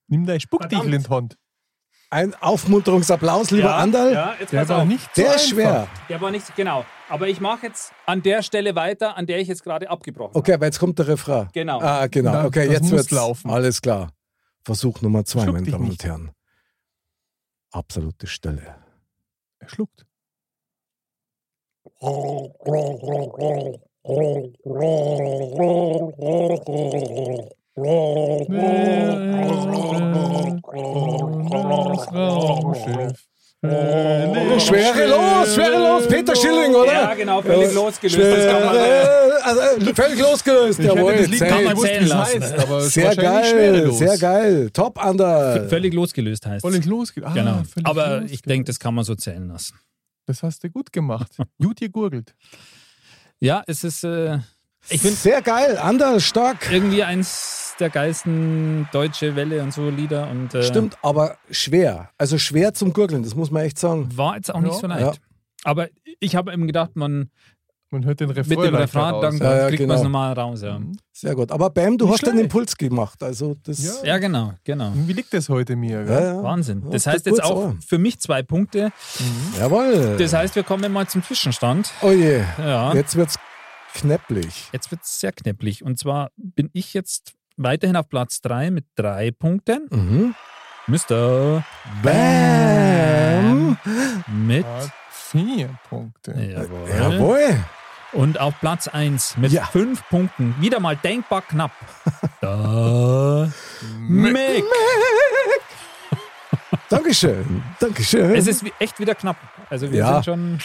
S4: Nimm dein Spuckdichel in die Hand.
S2: Ein Aufmunterungsapplaus, lieber Andal.
S3: Ja, jetzt
S4: Der
S3: pass
S4: war
S3: auf.
S4: nicht so
S2: Der ist
S4: einfach.
S2: schwer.
S3: Der war nicht, genau. Aber ich mache jetzt an der Stelle weiter, an der ich jetzt gerade abgebrochen
S2: Okay, aber jetzt kommt der Refrain.
S3: Genau.
S2: Ah, genau.
S4: Na,
S2: okay,
S4: das
S2: jetzt
S4: muss
S2: wird's
S4: laufen.
S2: Alles klar. Versuch Nummer zwei,
S4: Schluck
S2: meine
S4: dich
S2: Damen
S4: nicht.
S2: und Herren. Absolute Stille.
S4: Er schluckt.
S2: Schwerelos, schwerelos, Peter Schilling, oder?
S3: Ja, genau, völlig losgelöst. Das kann man,
S2: Äh, Schwere, also, völlig losgelöst,
S4: Ich
S2: jawohl.
S4: hätte das Lied
S2: safe.
S4: gar nicht gewusst,
S3: zählen
S4: wie es
S3: lassen.
S4: heißt, aber es ist
S2: Sehr
S4: wahrscheinlich
S2: geil,
S4: schwerelos.
S2: sehr geil. Top, Ander.
S3: Völlig losgelöst heißt
S4: Völlig losgeht. Ah,
S3: Genau.
S4: völlig
S3: Aber
S4: losgeht.
S3: ich denke, das kann man so zählen lassen.
S4: Das hast du gut gemacht. Gut gegurgelt.
S3: Ja, es ist äh, Ich finde
S2: Sehr geil, Anders, stark.
S3: irgendwie eins der geilsten deutsche Welle und so Lieder. Und, äh,
S2: Stimmt, aber schwer. Also schwer zum Gurgeln, das muss man echt sagen.
S3: War jetzt auch nicht so leicht.
S2: Ja.
S3: Aber ich habe eben gedacht, man
S4: Man hört den Refrain.
S3: mit dem
S4: leichter
S3: Refrain,
S4: raus.
S3: dann
S2: Ja, ja,
S3: kriegt man es
S2: genau.
S3: nochmal raus. Ja,
S2: Sehr gut. Aber Bam, du hast
S4: schlecht.
S2: den Impuls gemacht. Also das.
S4: Ja.
S3: ja genau, genau.
S4: Wie liegt das heute mir?
S2: Ja,
S4: gell?
S2: ja.
S3: Wahnsinn. Das
S2: Ja,
S3: heißt jetzt
S2: kurz
S3: auch
S2: Ohr.
S3: für mich zwei Punkte.
S2: Jawohl.
S3: Das heißt, wir kommen mal zum Zwischenstand.
S2: oh je.
S3: Ja.
S2: Jetzt wird's knäpplich.
S3: Jetzt wird es sehr knäpplich. Und zwar bin ich jetzt weiterhin auf Platz 3 mit drei Punkten.
S2: Mhm.
S3: Mr.
S2: Bam.
S3: mit.
S4: Hat Vier Punkte.
S3: Jawohl.
S2: Jawohl.
S3: Und auf Platz 1 mit
S2: Ja.
S3: fünf Punkten. Wieder mal denkbar knapp. Da. Mick.
S2: Dankeschön. Dankeschön.
S3: Es ist wie- echt wieder knapp. Also wir
S2: Ja.
S3: sind schon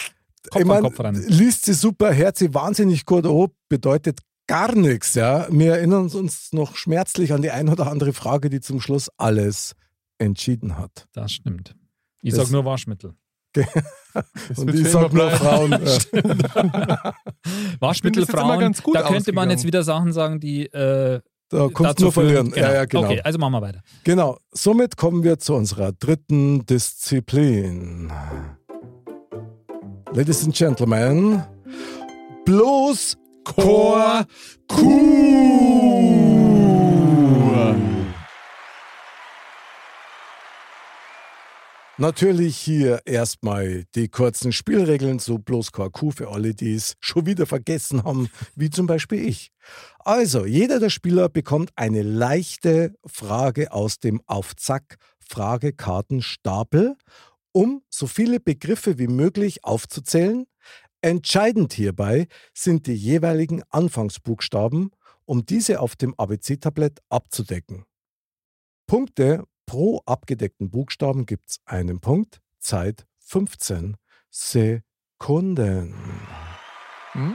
S2: ich
S3: Kopf an
S2: mein, äh,
S3: Kopf ran.
S2: liest sie super, hört sie wahnsinnig gut ab, bedeutet gar nichts. Ja? Wir erinnern uns noch schmerzlich an die ein oder andere Frage, die zum Schluss alles entschieden hat.
S3: Das stimmt. Ich
S2: Das-
S3: sag nur Waschmittel.
S4: Das
S2: Und
S4: wird
S2: ich
S4: für
S2: sag
S4: immer
S2: nur
S4: bleiben.
S2: Frauen. äh, ja.
S3: Waschmittel,
S4: jetzt immer
S3: Frauen,
S4: ganz gut
S3: da könnte man
S4: ausgegangen.
S3: jetzt wieder Sachen sagen, die äh,
S2: Da kommst
S3: dazu
S2: du nur verlieren.
S3: führen.
S2: Ja, ja, genau.
S3: Okay, also machen wir weiter.
S2: genau. Somit kommen wir zu unserer dritten Disziplin. Ladies and Gentlemen, bloß Chor Natürlich hier erstmal die kurzen Spielregeln zu bloß KQ für alle, die es schon wieder vergessen haben, wie zum Beispiel ich. Also, jeder der Spieler bekommt eine leichte Frage aus dem Aufzack-Fragekartenstapel, um so viele Begriffe wie möglich aufzuzählen. Entscheidend hierbei sind die jeweiligen Anfangsbuchstaben, um diese auf dem ABC-Tablett abzudecken. Punkte pro abgedeckten Buchstaben gibt es einen Punkt. Zeit 15 Sekunden.
S4: Mm.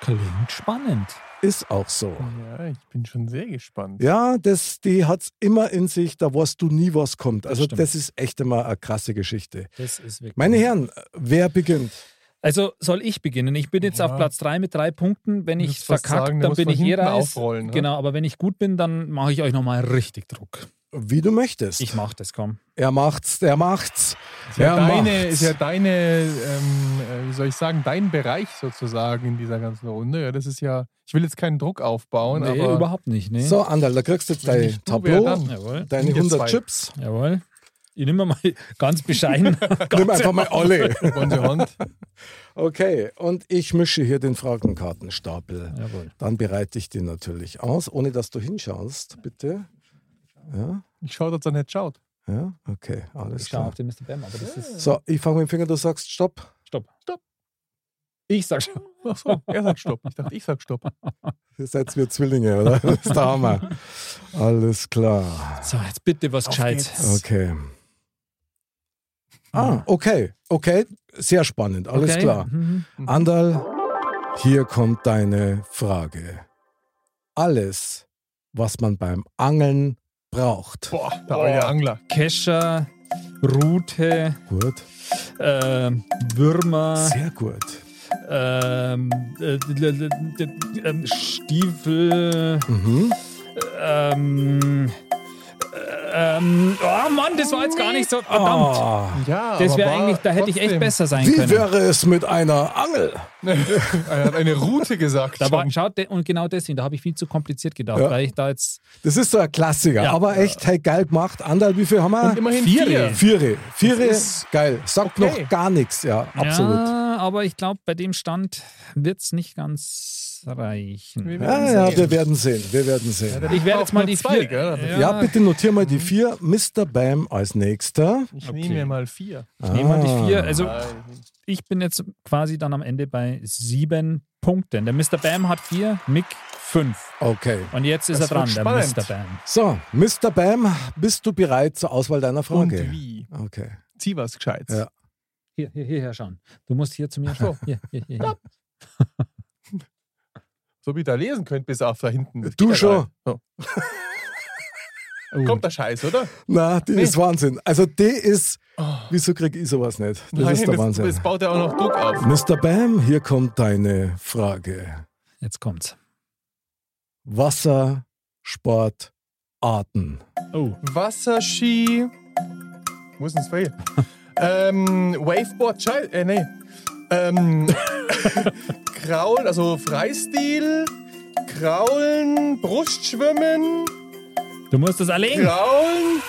S3: Klingt spannend.
S2: Ist auch so.
S4: Ja, ich bin schon sehr gespannt.
S2: Ja, das, die hat es immer in sich, da weißt du nie, was kommt. Also,
S3: stimmt.
S2: das ist echt immer eine krasse Geschichte.
S3: Das ist wirklich.
S2: Meine Herren, wer beginnt?
S3: Also soll ich beginnen? Ich bin jetzt
S4: Ja.
S3: auf Platz 3 mit drei Punkten. Wenn
S4: Ich
S3: ich
S4: würd fast
S3: verkackt,
S4: sagen, da
S3: dann
S4: muss
S3: bin
S4: man
S3: ich eh
S4: hinten
S3: raus.
S4: aufrollen, ne?
S3: Genau, aber wenn ich gut bin, dann mache ich euch nochmal richtig Druck.
S2: Wie du möchtest.
S3: Ich mache das, komm.
S2: er macht's, er macht's.
S4: Ist ja,
S2: er
S4: deine,
S2: macht's.
S4: ist ja deine ähm, äh, wie soll ich sagen, dein Bereich sozusagen in dieser ganzen Runde. Ja, das ist ja, ich will jetzt keinen Druck aufbauen,
S3: Nee,
S4: aber
S3: überhaupt nicht. Nee.
S2: so, Anderl, da kriegst du jetzt
S4: Wenn
S2: dein
S4: nicht du, wer
S2: Tableau,
S4: dann?
S3: Jawohl.
S2: deine
S4: Ihr
S2: 100
S4: zwei.
S2: Chips.
S3: Jawohl. Ich nehme mal ganz bescheiden.
S2: Nimm einfach mal alle.
S4: von der Hand.
S2: Okay, und ich mische hier den Fragenkartenstapel.
S3: Jawohl.
S2: Dann bereite ich den natürlich aus, ohne dass du hinschaust, bitte.
S4: Ich schaue, dass er nicht schaut.
S2: Ja, okay, alles
S3: Ich schaue
S2: klar.
S3: auf den Mr. Bam, aber das ist.
S2: So, ich fange mit dem Finger, du sagst Stopp.
S3: Stopp. Stopp. Ich sag schon.
S4: Ach so, er sagt Stopp. Ich dachte, ich sag Stopp.
S2: Ihr seid wir Zwillinge, oder? Das ist der Hammer. Alles klar.
S3: So, jetzt bitte was Gescheites.
S2: Okay. Ah, okay, okay, sehr spannend, alles
S3: Okay.
S2: klar.
S3: Mhm.
S2: Andal, hier kommt deine Frage. Alles, was man beim Angeln braucht.
S4: Boah, der alte Angler.
S3: Kescher, Rute,
S2: Gut,
S3: ähm, Würmer.
S2: sehr gut.
S3: ähm, äh, d- d- d- d- ähm, Stiefel,
S2: Mhm.
S3: ähm, ähm, oh Mann, das war jetzt gar nicht so, verdammt.
S2: Ah,
S4: Ja,
S3: Das
S4: aber
S3: wäre
S4: war
S3: eigentlich, da hätte ich echt
S4: trotzdem-
S3: besser sein
S2: wie
S3: können.
S2: wäre es mit einer Angel?
S4: er hat eine Route gesagt.
S3: Da war,
S4: schon.
S3: schaut, de- und genau deswegen, da habe ich viel zu kompliziert gedacht,
S2: Ja.
S3: weil ich da jetzt
S2: Das ist so ein Klassiker,
S3: Ja.
S2: aber echt hey, geil gemacht. Anderl, wie viel haben wir?
S4: Und immerhin
S3: Vier.
S4: vier.
S2: Viere. Viere
S4: Das
S2: ist geil. Sagt
S4: okay.
S2: noch gar nichts, ja, absolut.
S3: Ja, aber ich glaube, bei dem Stand wird es nicht ganz reichen.
S4: Wir
S2: Ja,
S4: werden
S2: ja,
S4: sehen.
S2: wir werden sehen. Wir werden sehen.
S3: Ich werde jetzt mal
S4: Auch nur
S3: die
S4: zwei,
S3: vier.
S4: gell? Also
S2: Ja, bitte notier mal die vier. Mr. Bam als nächster.
S4: Ich
S3: Okay.
S4: nehme mir mal vier.
S3: Ich nehme mal
S2: Ah.
S3: die vier. Also ich bin jetzt quasi dann am Ende bei sieben Punkten. Der Mr. Bam hat vier, Mick fünf.
S2: Okay.
S3: Und jetzt ist
S4: Das
S3: er dran,
S4: wird
S3: der
S4: spannend.
S3: Mr. Bam.
S2: So, Mr. Bam, bist du bereit zur Auswahl deiner
S4: Und
S2: Frage?
S4: wie?
S2: Okay.
S4: Zieh was Gescheites.
S2: Ja.
S3: Hier, hier, hierher schauen. Du musst hier zu mir schauen. Hier, hier, hier, hier.
S4: So wie ihr da lesen könnt, bis auf da hinten. Das
S2: Du
S4: geht ja
S2: schon.
S4: gar nicht. So. Kommt der Scheiß, oder?
S2: Na, die ist Wahnsinn. Also die ist, wieso krieg ich sowas nicht? Das ist der
S4: Oh. das,
S2: Wahnsinn.
S4: das baut ja auch noch Druck auf.
S2: Mr. Bam, hier kommt deine Frage.
S3: Jetzt kommt's.
S2: Wassersportarten.
S3: Oh,
S4: Wasserski. Wo ist denn das Fail? ähm, Waveboard Child. Äh, nee. Ähm, Kraul, also Freistil. Kraulen, Brustschwimmen,
S3: du musst das erlegen.
S4: Kraulen.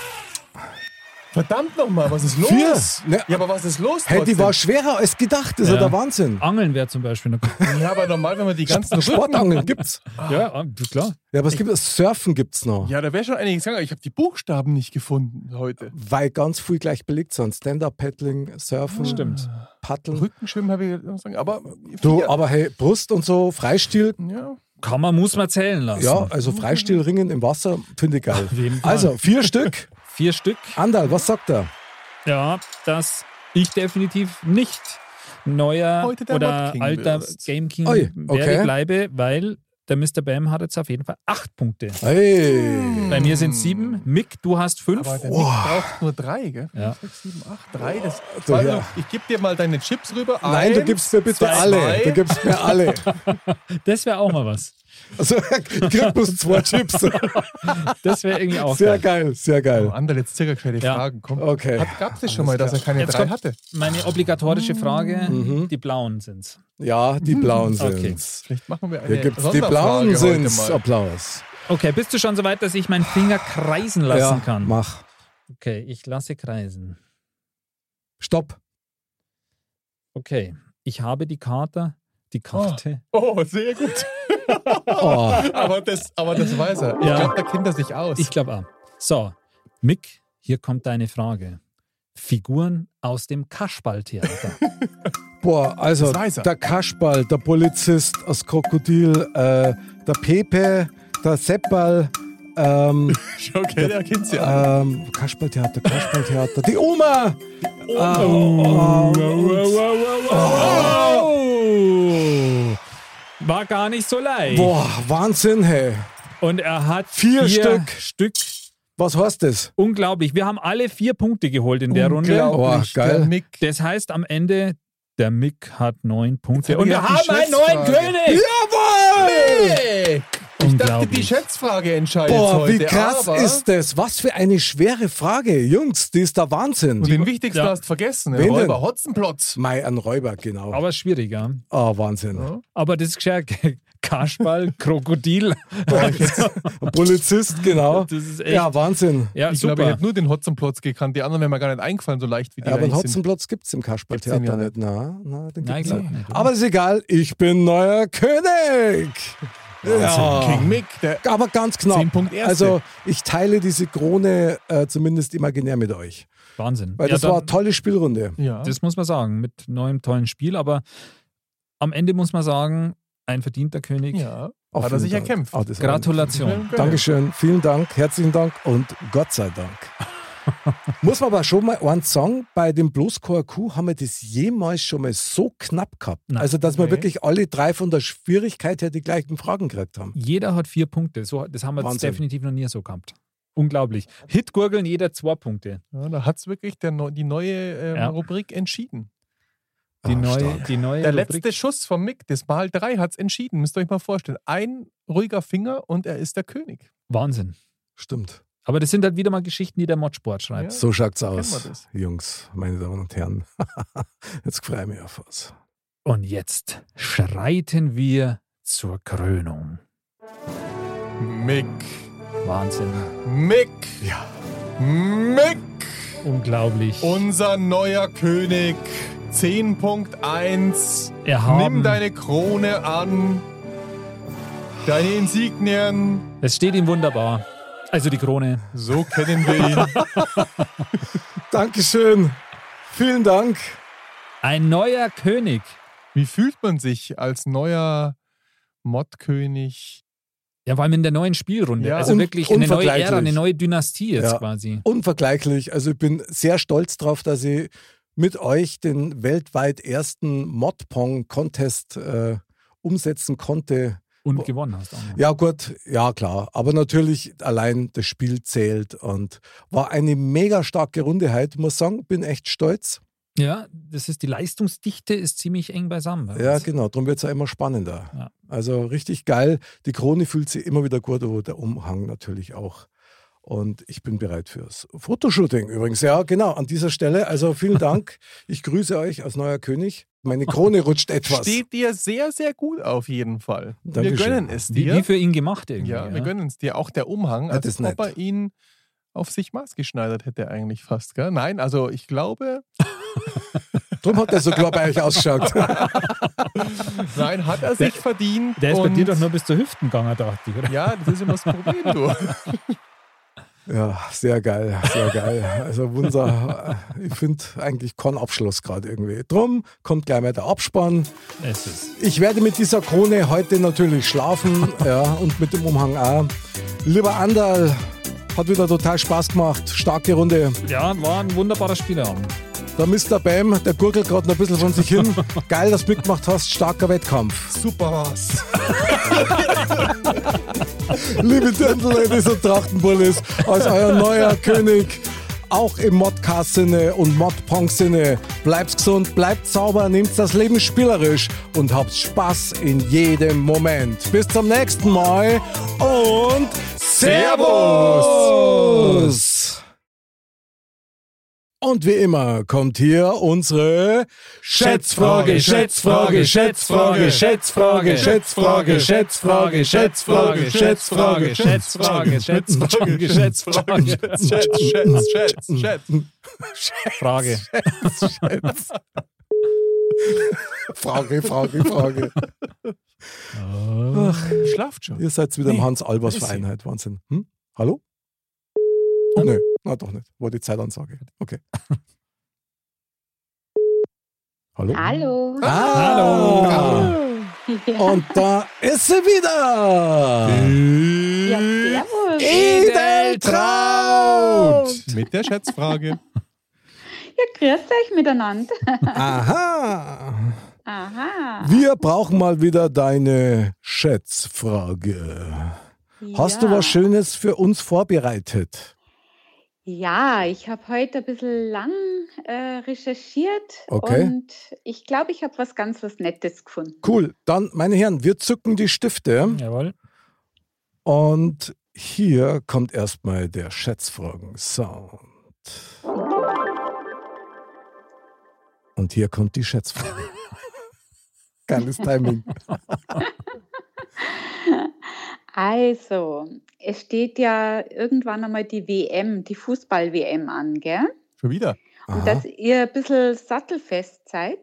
S4: Verdammt nochmal, was ist los?
S2: Vier. Ne.
S4: Ja, aber was ist los?
S2: Hey, die
S4: trotzdem?
S2: war schwerer als gedacht. Das ist ja
S3: Ja. Ah,
S2: der Wahnsinn.
S3: Angeln wäre zum Beispiel eine.
S4: Ja, aber normal, wenn man die ganzen
S2: Sportangeln gibt's.
S3: ja, ah, klar.
S2: Ja, aber es gibt Surfen gibt's noch.
S4: Ja, da wäre schon einiges gegangen. aber Ich habe die Buchstaben nicht gefunden heute.
S2: Weil ganz viel gleich belegt sind. Stand-up-Paddling, Surfen,
S3: Stimmt.
S2: Paddeln.
S4: Rückenschwimmen habe ich noch sagen, aber
S2: Du,
S4: vier.
S2: aber hey, Brust und so, Freistil,
S4: ja.
S3: Kann man, muss man zählen lassen.
S2: ja, also Freistilringen im Wasser, finde ich geil.
S3: jeden Fall.
S2: Also, vier Stück.
S3: Vier Stück.
S2: Andal, was sagt er?
S3: Ja, dass ich definitiv nicht neuer
S4: Heute der
S3: oder
S4: Mod-King
S3: alter
S4: wirst.
S3: Game King
S2: Oi, okay.
S3: werde bleibe, weil der Mr. Bam hat jetzt auf jeden Fall acht Punkte.
S2: Hey,
S3: Bei mir sind es sieben. Mick, du hast fünf.
S4: Aber der Nick braucht nur drei, gell?
S3: Ja.
S4: Sechs, sieben, acht, drei. Das,
S2: du,
S4: also,
S2: ja.
S4: Ich gebe dir mal deine Chips rüber.
S2: nein, du
S4: Eins,
S2: gibst mir bitte
S4: zwei,
S2: alle. Du gibst mir alle.
S3: Das wäre auch mal was.
S2: Also, ich krieg bloß zwei Chips.
S3: Das wäre irgendwie auch
S2: Sehr
S3: geil.
S2: geil, sehr
S4: Oh,
S2: geil.
S4: andere jetzt circa die
S3: Ja.
S4: Fragen. Komm.
S2: Okay.
S4: Hat, gab's das schon mal, dass er keine
S3: Jetzt
S4: drei Mm.
S3: kommt-
S4: hatte?
S3: Meine obligatorische Frage, die blauen sind's.
S2: Ja, die Blauen
S3: Okay.
S2: sind's.
S4: Vielleicht machen wir eine
S2: Hier gibt's die
S4: Sonderfrage
S2: Blauen
S4: heute
S2: sind's.
S4: mal.
S2: Applaus.
S3: Okay, bist du schon so weit, dass ich meinen Finger kreisen lassen
S2: ja,
S3: kann?
S2: mach.
S3: Okay, ich lasse kreisen.
S2: Stopp.
S3: Okay, ich habe die Karte, die Karte.
S4: Oh, sehr gut.
S2: Oh,
S4: Aber das, aber das weiß er. Ich
S3: Ja.
S4: glaube, der kennt das nicht aus.
S3: Ich glaube auch. So, Mick, hier kommt deine Frage. Figuren aus dem Kaschballtheater.
S2: boah, also
S4: Das weiß er.
S2: der Kaschball, der Polizist, das Krokodil, äh, der Pepe, der Seppal, ähm,
S4: okay, der kennt's ja.
S2: ähm, Kaschballtheater, Kaschballtheater, die Oma! Ah,
S3: oh. War gar nicht so leicht.
S2: Boah, Wahnsinn, hey.
S3: Und er hat
S2: Vier Stück.
S3: Stück.
S2: Was heißt das?
S3: Unglaublich. Wir haben alle vier Punkte geholt in der Runde.
S2: Boah,
S4: Der
S2: geil.
S4: Mick.
S3: Das heißt am Ende, der Mick hat neun Punkte.
S4: hab
S3: Und
S4: ich
S3: wir
S4: auf die
S3: haben einen neuen
S4: Schätzfrage.
S3: König.
S2: Jawohl!
S4: Ich dachte, die
S3: Unglaublich.
S4: Schätzfrage entscheidet
S2: Boah,
S4: heute.
S2: wie krass
S4: aber
S2: ist das? Was für eine schwere Frage. Jungs, die ist der Wahnsinn.
S4: Und den wichtigsten
S3: Ja.
S4: hast du vergessen.
S2: Wen
S4: Räuber
S2: denn?
S4: Hotzenplotz.
S2: Mai an Räuber, genau.
S3: Aber schwieriger.
S2: Oh, Wahnsinn.
S3: Aber das ist gescheit. Kaschball, Krokodil.
S2: Ein Polizist, genau.
S3: Das ist echt-
S2: ja, Wahnsinn.
S3: Ja,
S4: Ich
S3: super.
S4: glaube, ich hätte nur den Hotzenplotz gekannt. Die anderen wären mir gar nicht eingefallen, so leicht wie die
S2: Ja, aber einen
S4: eigentlich sind.
S2: Hotzenplotz gibt es im Kasperltheater
S4: Gibt's den ja
S2: nicht. Na, na, den
S3: Nein,
S2: gibt's
S3: ich glaub
S2: nicht.
S3: nicht, oder?
S2: Aber ist egal, ich bin neuer König. Ja.
S4: King Mick, der
S2: Aber ganz knapp.
S4: 10 Punkt Erste.
S2: Genau. Also ich teile diese Krone äh, zumindest imaginär mit euch.
S3: Wahnsinn.
S2: Weil
S3: Ja,
S2: das war eine
S3: dann-
S2: tolle Spielrunde.
S4: ja.
S3: Das muss man sagen, mit neuem tollen Spiel. Aber am Ende muss man sagen, ein verdienter König.
S4: ja.
S2: Auch
S4: hat er
S2: vielen
S4: sich
S2: Dank.
S4: erkämpft.
S2: Ah, das war-
S3: Gratulation.
S2: Dankeschön, vielen Dank, herzlichen Dank und Gott sei Dank. Muss man aber schon mal einen Song bei dem Bloßchor Q haben wir das jemals schon mal so knapp gehabt.
S3: Nein.
S2: Also, dass wir
S4: Okay.
S2: wirklich alle drei von der Schwierigkeit her die gleichen Fragen gekriegt haben.
S3: Jeder hat vier Punkte. So, das haben wir jetzt
S2: Wahnsinn.
S3: definitiv noch nie so gehabt. Unglaublich. Hitgurgeln, jeder zwei Punkte.
S4: Ja, da hat es wirklich der, neu- die neue ähm,
S3: Ja.
S4: Rubrik entschieden.
S3: Die
S2: Ah,
S3: neue,
S2: stark.
S3: die neue
S4: Der
S3: Rubrik.
S4: letzte Schuss vom Mick, das Mal 3, hat es entschieden. Müsst ihr euch mal vorstellen. Ein ruhiger Finger und er ist der König.
S3: Wahnsinn.
S2: Stimmt.
S3: Aber das sind halt wieder mal Geschichten, die der Modsport schreibt.
S4: Ja.
S2: So schaut's
S4: Kennen wir
S2: aus,
S4: das.
S2: Jungs, meine Damen und Herren. Jetzt freue ich mich auf was.
S3: Und jetzt schreiten wir zur Krönung.
S4: Mick,
S3: Wahnsinn.
S4: Mick,
S2: Ja.
S4: Mick,
S3: Unglaublich.
S4: unser neuer König. 10.1.
S3: er haben,
S4: Nimm deine Krone an, deine Insignien.
S3: Es steht ihm wunderbar. Also die Krone.
S4: So kennen wir ihn.
S2: Dankeschön, vielen Dank.
S3: Ein neuer König.
S4: Wie fühlt man sich als neuer Modkönig?
S3: Ja, vor allem in der neuen Spielrunde.
S4: Ja.
S3: also
S2: Un-
S3: wirklich eine neue
S2: unvergleichlich.
S3: Ära, eine neue Dynastie jetzt
S2: Ja.
S3: quasi.
S2: Unvergleichlich. Also, ich bin sehr stolz drauf, dass ich mit euch den weltweit ersten Modpong-Contest äh, umsetzen konnte.
S3: Und gewonnen hast auch noch.
S2: Ja, gut, ja, klar. Aber natürlich allein das Spiel zählt und war eine mega starke Runde heute. Muss sagen, bin echt stolz.
S3: Ja, das ist die Leistungsdichte ist ziemlich eng beisammen. bei
S2: Ja,
S3: uns.
S2: genau. Darum wird es ja immer spannender.
S3: Ja.
S2: Also richtig geil. Die Krone fühlt sich immer wieder gut, aber der Umhang natürlich auch. Und ich bin bereit fürs Fotoshooting übrigens. Ja, genau, an dieser Stelle. Also vielen Dank. Ich grüße euch als neuer König. Meine Krone rutscht etwas.
S4: Steht dir sehr, sehr gut auf jeden Fall.
S2: Dankeschön.
S4: Wir gönnen es
S3: Wie,
S4: dir.
S3: wie für ihn gemacht irgendwie.
S4: ja,
S3: ja.
S4: wir gönnen es dir. Auch der Umhang,
S2: Ja,
S4: als
S2: das ist
S4: ob er
S2: nett.
S4: ihn auf sich maßgeschneidert hätte eigentlich fast. Gell? Nein, also ich glaube,
S2: Drum hat er so klar bei euch ausgeschaut.
S4: nein, hat er sich verdient.
S3: Der ist bei
S4: und-
S3: dir doch nur bis zur Hüften gegangen, dachte ich, oder?
S4: Ja, das ist immer das Problem, du.
S2: Ja, sehr geil, sehr geil. Also Wunser, ich finde eigentlich keinen Abschluss gerade irgendwie. Drum kommt gleich mal der Abspann.
S3: Es ist.
S2: Ich werde mit dieser Krone heute natürlich schlafen ja, und mit dem Umhang auch. Lieber Anderl, hat wieder total Spaß gemacht. Starke Runde.
S3: Ja, war ein wunderbarer Spielabend.
S2: Der Mr. Bam, der gurgelt gerade noch ein bisschen von sich hin. Geil, dass du mitgemacht hast. Starker Wettkampf.
S4: Super was.
S2: Liebe Dirndl-Ladies und Trachtenbullis, als euer neuer König, auch im Modcast-Sinne und Modpong-Sinne, bleibt gesund, bleibt sauber, nehmt das Leben spielerisch und habt Spaß in jedem Moment. Bis zum nächsten Mal und Servus! Und wie immer kommt hier unsere Schätzfrage, Schätzfrage, Schätzfrage, Schätzfrage, Schätzfrage, Schätzfrage, Schätzfrage, Schätzfrage, Schätzfrage, Schätzfrage, Schätzfrage,
S4: Schätz, schätz, schätz, schätz.
S3: Frage.
S2: Frage, Frage, Frage.
S3: Oh.
S4: Schlaft schon.
S2: Ihr seid wieder im Hans-Albers-Verein heute. Wahnsinn. Hm? Hallo? Oh, nö. Na, doch nicht. War die Zeitansage. Okay. Hallo?
S5: Hallo.
S2: Ah,
S5: Ja,
S2: Und da ist sie wieder.
S5: ja, servus.
S2: Edeltraut.
S4: Mit der Schätzfrage.
S5: Ja, grüßt euch miteinander.
S2: Aha.
S5: Aha.
S2: Wir brauchen mal wieder deine Schätzfrage. Hast
S5: ja.
S2: du was Schönes für uns vorbereitet?
S5: Ja, ich habe heute ein bisschen lang äh, recherchiert
S2: Okay.
S5: und ich glaube, ich habe was ganz was Nettes gefunden.
S2: Cool. Dann, meine Herren, wir zücken die Stifte.
S3: Jawohl.
S2: Und hier kommt erstmal der Schätzfragen-Sound. Und hier kommt die Schätzfrage. Geiles Timing.
S5: Also, es steht ja irgendwann einmal die WM, die Fußball-WM an, gell?
S4: Schon wieder.
S5: Und
S2: Aha.
S5: dass ihr ein bisschen sattelfest seid,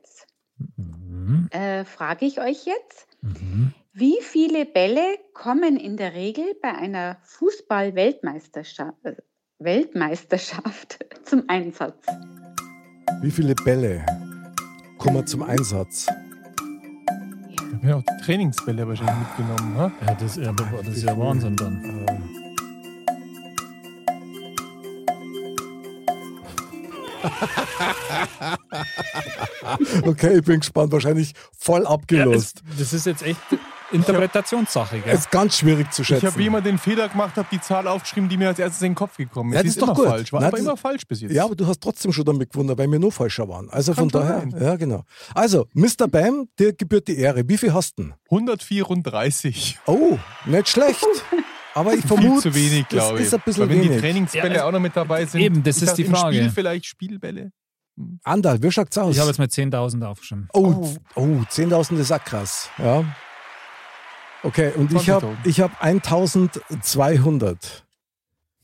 S3: Mhm.
S5: äh, frage ich euch jetzt.
S3: Mhm.
S5: Wie viele Bälle kommen in der Regel bei einer Fußball-Weltmeisterschaft äh, Weltmeisterschaft zum Einsatz?
S2: Wie viele Bälle kommen zum Einsatz?
S4: Ich habe ja auch die Trainingsbälle wahrscheinlich mitgenommen. ne? Ha?
S3: Ja, das, ja, das ist ja Wahnsinn dann.
S2: Okay, ich bin gespannt. Wahrscheinlich voll abgelost.
S3: Das, das ist jetzt echt Interpretationssache, gell?
S2: ist ganz schwierig zu
S4: Ich
S2: schätzen.
S4: habe wie immer den Fehler gemacht, habe die Zahl aufgeschrieben, die mir als erstes in den Kopf gekommen ist.
S2: Ja,
S4: Die
S2: das ist doch
S4: immer
S2: gut.
S4: falsch. War
S2: Nein,
S4: aber
S2: das-
S4: immer falsch bis jetzt.
S2: Ja, aber du hast trotzdem schon damit gewonnen, weil wir nur falscher waren. Also von
S4: Kann doch
S2: daher.
S4: sein.
S2: Ja, genau. Also, Mr. Bam, dir gebührt die Ehre. Wie viel hast du? denn?
S4: 134.
S2: Oh, nicht schlecht. Aber ich
S4: Viel
S2: vermute,
S4: zu wenig, glaube ich.
S2: ist ein bisschen
S4: Weil wenn die
S2: wenig.
S4: Trainingsbälle
S3: Ja,
S4: auch noch mit dabei sind.
S3: eben, das
S4: ich
S3: ist
S4: dachte,
S3: die
S4: im
S3: Frage.
S4: Spiel vielleicht Spielbälle.
S2: Andal, wie schaut's aus?
S3: Ich habe jetzt mal 10.000 aufgeschrieben.
S2: oh, oh, 10.000 ist auch krass. Ja. Okay, und ich habe
S4: 20.000.
S2: ich hab 1.200.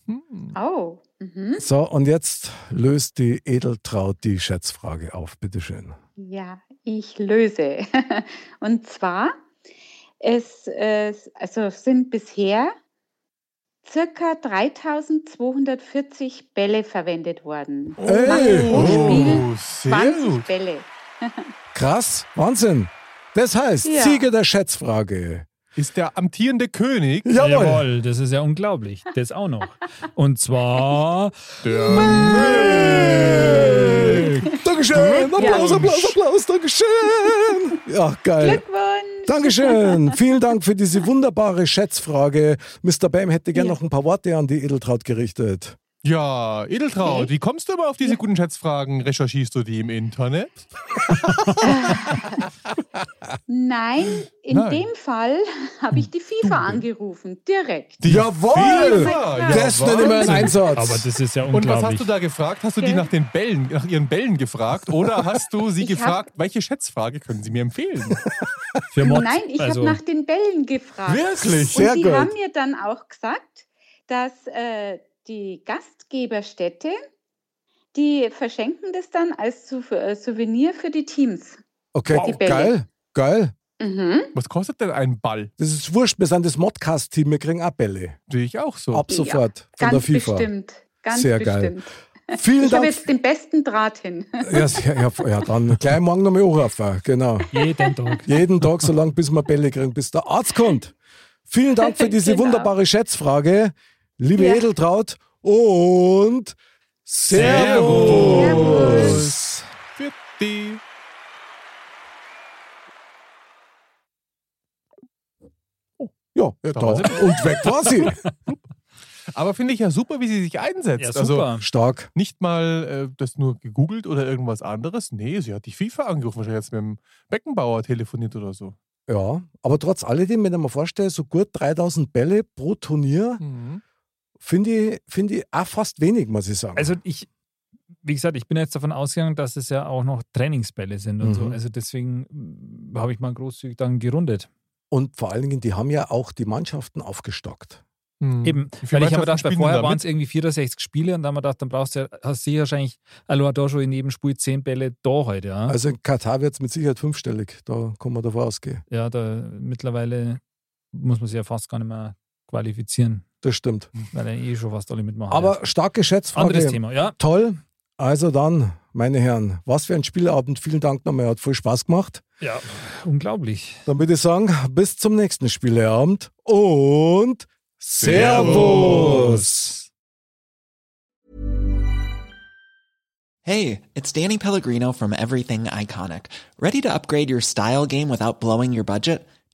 S4: Hm.
S5: Oh, mhm.
S2: So, und jetzt löst die Edeltraut die Schätzfrage auf, bitteschön.
S5: ja, ich löse. Und zwar, es, äh, also sind bisher circa 3240 Bälle verwendet worden.
S2: Ey,
S3: Oh,
S5: Pro Spiel
S4: Oh, sehr
S5: 20 Bälle.
S2: Krass, Wahnsinn. Das heißt,
S5: Ja.
S2: Sieger der Schätzfrage.
S4: Ist der amtierende König
S2: Jawohl.
S3: Jawohl, das ist ja unglaublich. Das auch noch. Und zwar
S2: Dankeschön, Applaus,
S5: Ja.
S2: Applaus, Applaus, Dankeschön. Ja, geil.
S5: Glückwunsch!
S2: Dankeschön. Vielen Dank für diese wunderbare Schätzfrage. Mr. Bam hätte gern noch ein paar Worte an die Edeltraut gerichtet.
S4: Ja, Edeltraut, wie kommst du immer auf diese guten Schätzfragen? Recherchierst du die im Internet?
S5: Nein, in
S4: Nein.
S5: dem Fall habe
S2: Hm,
S5: ich die FIFA angerufen, direkt.
S4: Die
S2: Jawohl!
S4: FIFA, ja,
S2: Das nenne ich mal einen
S4: Wahnsinn.
S2: Einsatz.
S3: Aber das ist ja
S4: Und
S3: unglaublich.
S4: was hast du da gefragt? Hast du die nach den Bällen, nach ihren Bällen gefragt? Oder hast du sie
S5: Ich hab-
S4: gefragt, welche Schätzfrage können sie mir empfehlen?
S3: Für Mod,
S5: Nein, ich
S3: also,
S5: habe nach den Bällen gefragt.
S4: Wirklich?
S2: Sehr
S5: und die
S2: gut.
S5: haben mir dann auch gesagt, dass äh, die Gastgeberstädte, die verschenken das dann als Sou äh, Souvenir für die Teams.
S2: Okay,
S5: Die Bälle.
S2: geil, geil.
S5: Mhm.
S4: Was kostet denn ein Ball?
S2: Das ist wurscht, wir sind das Modcast-Team, wir kriegen auch Bälle.
S4: Sehe ich auch so.
S2: Ab
S5: Ja,
S2: sofort von der
S5: Ganz
S2: FIFA.
S5: bestimmt. Ganz
S2: Sehr geil.
S5: bestimmt.
S2: Vielen
S5: Ich habe
S2: Dank.
S5: jetzt den besten Draht hin.
S2: Ja, sehr- ja, ja, dann gleich morgen nochmal anrufen, genau.
S3: jeden Tag.
S2: Jeden Tag so lange, bis wir Bälle kriegen, bis der Arzt kommt. Vielen Dank für diese
S5: Genau.
S2: wunderbare Schätzfrage, liebe
S5: Ja.
S2: Edeltraut. Und Servus.
S4: Für die.
S2: Ja, ja
S4: Da
S2: da.
S4: war sie.
S2: und weg war sie.
S4: Aber finde ich ja super, wie sie sich einsetzt.
S3: Ja,
S4: Also
S3: super.
S2: Stark.
S4: nicht mal äh, das nur gegoogelt oder irgendwas anderes. Nee, sie hat die FIFA angerufen. Wahrscheinlich jetzt mit dem Beckenbauer telefoniert oder so.
S2: Ja, aber trotz alledem, wenn ich mir vorstelle, so gut 3000 Bälle pro Turnier,
S3: Mhm.
S2: finde ich, find ich auch fast wenig, muss ich sagen.
S3: Also ich, wie gesagt, ich bin jetzt davon ausgegangen, dass es ja auch noch Trainingsbälle sind und
S2: Mhm.
S3: so. Also deswegen mh, habe ich mal großzügig dann gerundet.
S2: und vor allen Dingen, die haben ja auch die Mannschaften aufgestockt.
S4: Hm.
S3: Eben, weil ich habe gedacht, weil vorher waren es irgendwie 64 Spiele und dann haben wir gedacht, dann brauchst du ja, hast du ja wahrscheinlich Aloha Dojo in jedem Spiel 10 Bälle da heute. Ja,
S2: Also in Katar wird es mit Sicherheit fünfstellig, da kann man davon ausgehen.
S3: ja da mittlerweile muss man sich ja fast gar nicht mehr qualifizieren,
S2: Das stimmt.
S3: weil ja eh schon fast alle mitmachen.
S2: Aber starke
S3: ja. anderes
S2: Schätzfrage.
S3: Thema, ja.
S2: Toll. Also dann, meine Herren, was für ein Spielabend. Vielen Dank nochmal, hat voll Spaß gemacht.
S3: Ja, unglaublich.
S2: Dann würde ich sagen, bis zum nächsten Spieleabend und Servus.
S6: Hey, it's Danny Pellegrino from Everything Iconic. Ready to upgrade your style game without blowing your budget?